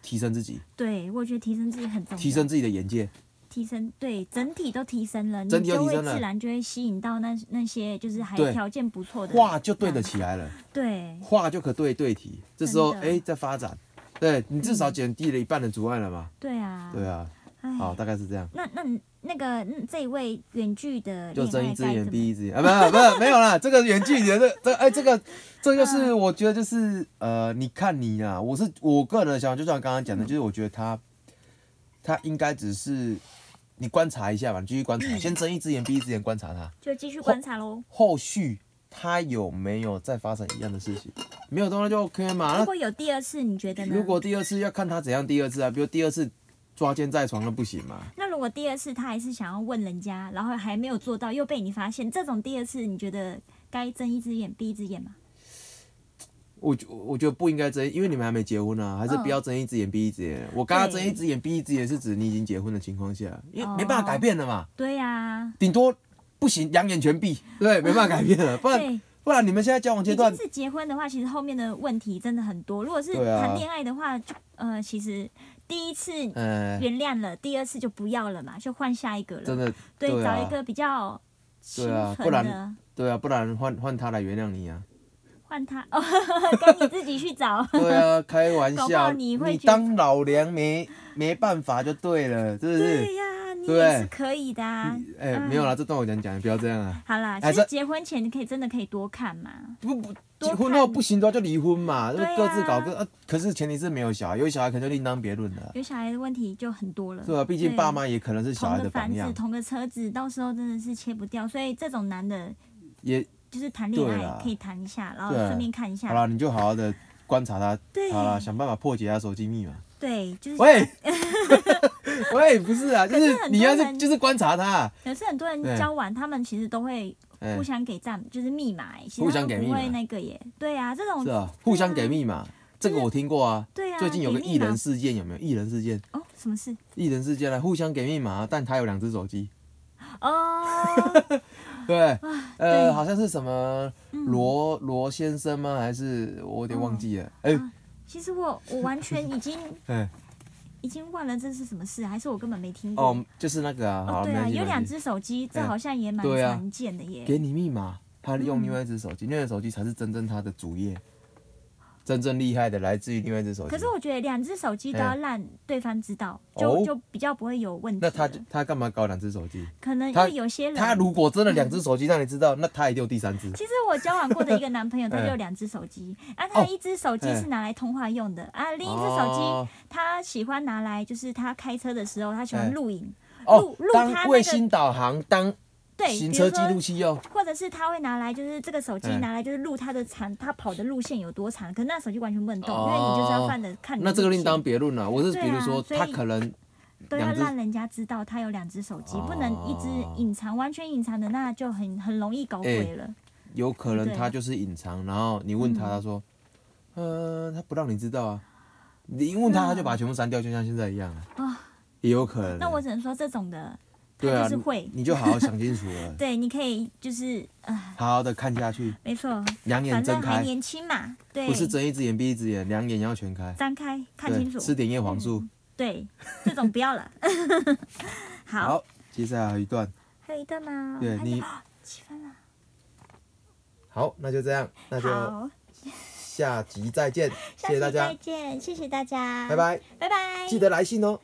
[SPEAKER 1] 提升自己，
[SPEAKER 2] 对，我觉得提升自己很重要，
[SPEAKER 1] 提升自己的眼界。
[SPEAKER 2] 提升对整体都提升了，
[SPEAKER 1] 整体
[SPEAKER 2] 你
[SPEAKER 1] 都
[SPEAKER 2] 就
[SPEAKER 1] 提
[SPEAKER 2] 会
[SPEAKER 1] 升了
[SPEAKER 2] 自然就会吸引到那那些就是还
[SPEAKER 1] 对
[SPEAKER 2] 条件不错的
[SPEAKER 1] 话
[SPEAKER 2] 人
[SPEAKER 1] 就对得起来了，
[SPEAKER 2] 对
[SPEAKER 1] 话就可对对题。这时候
[SPEAKER 2] 嗯真
[SPEAKER 1] 哎、
[SPEAKER 2] 的嗯
[SPEAKER 1] 诶在发展，对你至少减低了一半的阻碍了嘛？
[SPEAKER 2] 对啊，
[SPEAKER 1] 对啊，
[SPEAKER 2] 哎
[SPEAKER 1] 好，大概是这 样。
[SPEAKER 2] 那那那个嗯这一位远距的
[SPEAKER 1] 就
[SPEAKER 2] 恋
[SPEAKER 1] 睁
[SPEAKER 2] 爱
[SPEAKER 1] 一只
[SPEAKER 2] 该
[SPEAKER 1] 眼
[SPEAKER 2] 怎么？
[SPEAKER 1] 闭一只眼啊，不是不是 没有啦，这个远距离的这这哎、这个这
[SPEAKER 2] 嗯
[SPEAKER 1] 就是我觉得就是呃，你看你啊，我是我个人的想法，就像刚刚
[SPEAKER 2] 嗯
[SPEAKER 1] 讲的，就是我觉得他他应该只是你观察一下吧，你继续观 察，先睁一只眼闭一只眼观察他，
[SPEAKER 2] 就继续观察喽。
[SPEAKER 1] 后续他有没有再发生一样的事情，没有的话就 OK 嘛。那
[SPEAKER 2] 如果有第二次，你觉得呢？
[SPEAKER 1] 啊如果第二次要看他怎样第二次啊，比如第二次抓奸在床那不行嘛？
[SPEAKER 2] 那如果第二次他还是想要问人家，然后还没有做到，又被你发现，这种第二次你觉得该睁一只眼闭一只眼吗？
[SPEAKER 1] 我觉我觉得不应该睁，因为你们还没结婚啊，还是
[SPEAKER 2] 嗯
[SPEAKER 1] 不要睁一只眼闭一只眼。我刚刚
[SPEAKER 2] 对
[SPEAKER 1] 睁一只眼闭一只眼是指你已经结婚的情况下，因为
[SPEAKER 2] 哦
[SPEAKER 1] 没办法改变了嘛，
[SPEAKER 2] 对啊呀、
[SPEAKER 1] 顶多不行两眼全闭，对，没办法改变了，不然
[SPEAKER 2] 对，
[SPEAKER 1] 不然你们现在交往啊阶
[SPEAKER 2] 已
[SPEAKER 1] 段
[SPEAKER 2] 经是结婚的话，其实后面的问题真的很多。如果是
[SPEAKER 1] 对啊
[SPEAKER 2] 谈恋爱的话，就呃，其实第一次
[SPEAKER 1] 呃，
[SPEAKER 2] 原谅了，第二次就不要了嘛，就换下一个了。
[SPEAKER 1] 真的
[SPEAKER 2] 对，
[SPEAKER 1] 对
[SPEAKER 2] 找
[SPEAKER 1] 啊
[SPEAKER 2] 一个比较清
[SPEAKER 1] 对啊
[SPEAKER 2] 纯
[SPEAKER 1] 不
[SPEAKER 2] 的
[SPEAKER 1] 然，对啊，不然换换他来原谅你 啊，
[SPEAKER 2] 换他哦， 跟你自己去找。
[SPEAKER 1] 对啊，开玩
[SPEAKER 2] 搞不
[SPEAKER 1] 笑，
[SPEAKER 2] 好你会觉得
[SPEAKER 1] 当老娘没没办法就对了，是不
[SPEAKER 2] 对
[SPEAKER 1] 是？
[SPEAKER 2] 呀、你
[SPEAKER 1] 对
[SPEAKER 2] 也是可以的、啊。
[SPEAKER 1] 哎，没有啦，这段我讲讲，不要这样啊。
[SPEAKER 2] 好啦，
[SPEAKER 1] 还
[SPEAKER 2] 其实
[SPEAKER 1] 是
[SPEAKER 2] 结婚前你可以真的可以多看嘛。
[SPEAKER 1] 不不，
[SPEAKER 2] 多
[SPEAKER 1] 结婚
[SPEAKER 2] 看
[SPEAKER 1] 后不行的话就离婚嘛，就
[SPEAKER 2] 对啊
[SPEAKER 1] 各自搞各、啊。可是前提是没有小孩，有小孩可能就另当别论了，
[SPEAKER 2] 有小孩的问题就很多了。
[SPEAKER 1] 对啊吧、毕竟爸妈也可能是小
[SPEAKER 2] 同
[SPEAKER 1] 孩
[SPEAKER 2] 个
[SPEAKER 1] 榜
[SPEAKER 2] 房子、
[SPEAKER 1] 样，
[SPEAKER 2] 同个车子，到时候真的是切不掉。所以这种男的，
[SPEAKER 1] 也
[SPEAKER 2] 就是谈恋
[SPEAKER 1] 对啦
[SPEAKER 2] 爱可以谈一下，然后
[SPEAKER 1] 对
[SPEAKER 2] 顺便看一下
[SPEAKER 1] 好。啦，你就好好的观察他，
[SPEAKER 2] 对
[SPEAKER 1] 好啦，想办法破解他手机密码。
[SPEAKER 2] 对，就是。
[SPEAKER 1] 喂，喂，不是啊，就
[SPEAKER 2] 可
[SPEAKER 1] 是
[SPEAKER 2] 是很
[SPEAKER 1] 你
[SPEAKER 2] 多
[SPEAKER 1] 要是
[SPEAKER 2] 人
[SPEAKER 1] 就是观察他，
[SPEAKER 2] 可是很多人
[SPEAKER 1] 对
[SPEAKER 2] 交往，他们其实都会
[SPEAKER 1] 哎、
[SPEAKER 2] 互相给赞，就是密码、欸，其实
[SPEAKER 1] 互
[SPEAKER 2] 他
[SPEAKER 1] 相
[SPEAKER 2] 们
[SPEAKER 1] 给
[SPEAKER 2] 不
[SPEAKER 1] 密码
[SPEAKER 2] 会那个耶。对啊，这种
[SPEAKER 1] 是啊，互相给密码，这个我听过啊。
[SPEAKER 2] 对啊，
[SPEAKER 1] 最近有个
[SPEAKER 2] 给
[SPEAKER 1] 艺
[SPEAKER 2] 密码
[SPEAKER 1] 人事件，有没有？艺人事件，
[SPEAKER 2] 哦，什么事？
[SPEAKER 1] 艺人事件啊，互相给密码啊，但他有两只手机。
[SPEAKER 2] 哦，
[SPEAKER 1] 对，
[SPEAKER 2] 对嗯
[SPEAKER 1] 呃，好像是什么罗罗先生吗？还是我有点忘记了？哎
[SPEAKER 2] 啊其实我我完全已经
[SPEAKER 1] 哎
[SPEAKER 2] 已经忘了这是什么事，还是我根本没听过。
[SPEAKER 1] 哦，就是那个啊，好
[SPEAKER 2] 哦，
[SPEAKER 1] 了，
[SPEAKER 2] 对
[SPEAKER 1] 没
[SPEAKER 2] 啊，
[SPEAKER 1] 关系
[SPEAKER 2] 有
[SPEAKER 1] 没
[SPEAKER 2] 两
[SPEAKER 1] 关系，
[SPEAKER 2] 只手机，这
[SPEAKER 1] 哎
[SPEAKER 2] 好像也蛮
[SPEAKER 1] 对啊
[SPEAKER 2] 常见的耶。
[SPEAKER 1] 给你密码，他用另外一只
[SPEAKER 2] 嗯
[SPEAKER 1] 手机，另外一只手机才是真正他的主业，真正厉害的来自于另外一只手机
[SPEAKER 2] 可。是我觉得两只手机都要
[SPEAKER 1] 哎
[SPEAKER 2] 让对方知道，
[SPEAKER 1] 哦
[SPEAKER 2] 就就比较不嗯会有问题
[SPEAKER 1] 那
[SPEAKER 2] 了。
[SPEAKER 1] 他就他干嘛搞两只手机？
[SPEAKER 2] 可能因
[SPEAKER 1] 他
[SPEAKER 2] 为有些人，
[SPEAKER 1] 他如果真的两只手机让你知道，那他一定有第三只。
[SPEAKER 2] 其实我交往过的一个男朋 友，他就有两只手机，啊，他
[SPEAKER 1] 哎哦
[SPEAKER 2] 一只手机
[SPEAKER 1] 哎
[SPEAKER 2] 是拿来通话用的，啊，另一只手
[SPEAKER 1] 哦
[SPEAKER 2] 机他喜欢拿来就是他开车的时候，他喜欢
[SPEAKER 1] 哎
[SPEAKER 2] 录影，
[SPEAKER 1] 哦
[SPEAKER 2] 录录，他那
[SPEAKER 1] 当
[SPEAKER 2] 个
[SPEAKER 1] 卫星导航，当
[SPEAKER 2] 对，
[SPEAKER 1] 行
[SPEAKER 2] 比
[SPEAKER 1] 车
[SPEAKER 2] 如
[SPEAKER 1] 记
[SPEAKER 2] 说
[SPEAKER 1] 录器用。
[SPEAKER 2] 或者是他会拿来，就是这个手机
[SPEAKER 1] 哎
[SPEAKER 2] 拿来就是录他的长，他跑的路线有多长，可是那手机完全不能动，
[SPEAKER 1] 哦
[SPEAKER 2] 因为你就是要放着看你的
[SPEAKER 1] 那
[SPEAKER 2] 路线。
[SPEAKER 1] 这个另当别论了。我是
[SPEAKER 2] 对
[SPEAKER 1] 比如
[SPEAKER 2] 啊
[SPEAKER 1] 说，
[SPEAKER 2] 所
[SPEAKER 1] 他
[SPEAKER 2] 以
[SPEAKER 1] 可能
[SPEAKER 2] 都要
[SPEAKER 1] 两只
[SPEAKER 2] 啊让人家知道他有两只手机，
[SPEAKER 1] 哦
[SPEAKER 2] 不能一直隐藏，完全隐藏的那就
[SPEAKER 1] 哎
[SPEAKER 2] 很很容易搞鬼了。
[SPEAKER 1] 有可能
[SPEAKER 2] 对嗯
[SPEAKER 1] 他就是隐藏，然后你问他，他说：“嗯、他不让你知道啊，你一问他，他就把它全部删掉，就像现在一样啊，也有可能。
[SPEAKER 2] 那我只能说这种的，他
[SPEAKER 1] 对啊，
[SPEAKER 2] 就是会，，
[SPEAKER 1] 你就好好想清楚了
[SPEAKER 2] 对，你可以就是呃，
[SPEAKER 1] 好好的看下去，
[SPEAKER 2] 没错，
[SPEAKER 1] 两眼
[SPEAKER 2] 反
[SPEAKER 1] 睁
[SPEAKER 2] 正还
[SPEAKER 1] 开，
[SPEAKER 2] 年轻嘛，对，
[SPEAKER 1] 不是睁一只眼闭一只眼，两眼要全开，
[SPEAKER 2] 张开看
[SPEAKER 1] 对
[SPEAKER 2] 清，楚，嗯
[SPEAKER 1] 吃点叶黄素。
[SPEAKER 2] 对，这种不 要了。好，
[SPEAKER 1] 好，接下来还有一段，
[SPEAKER 2] 还有一段吗？
[SPEAKER 1] 对
[SPEAKER 2] 还有
[SPEAKER 1] 你，
[SPEAKER 2] 七分了，
[SPEAKER 1] 好，那就这样，那就
[SPEAKER 2] 好，
[SPEAKER 1] 下集再见，谢
[SPEAKER 2] 下
[SPEAKER 1] 谢
[SPEAKER 2] 期
[SPEAKER 1] 大
[SPEAKER 2] 再
[SPEAKER 1] 家，
[SPEAKER 2] 见，谢谢大家，
[SPEAKER 1] 拜，拜，
[SPEAKER 2] 拜拜，
[SPEAKER 1] 记得来信哦。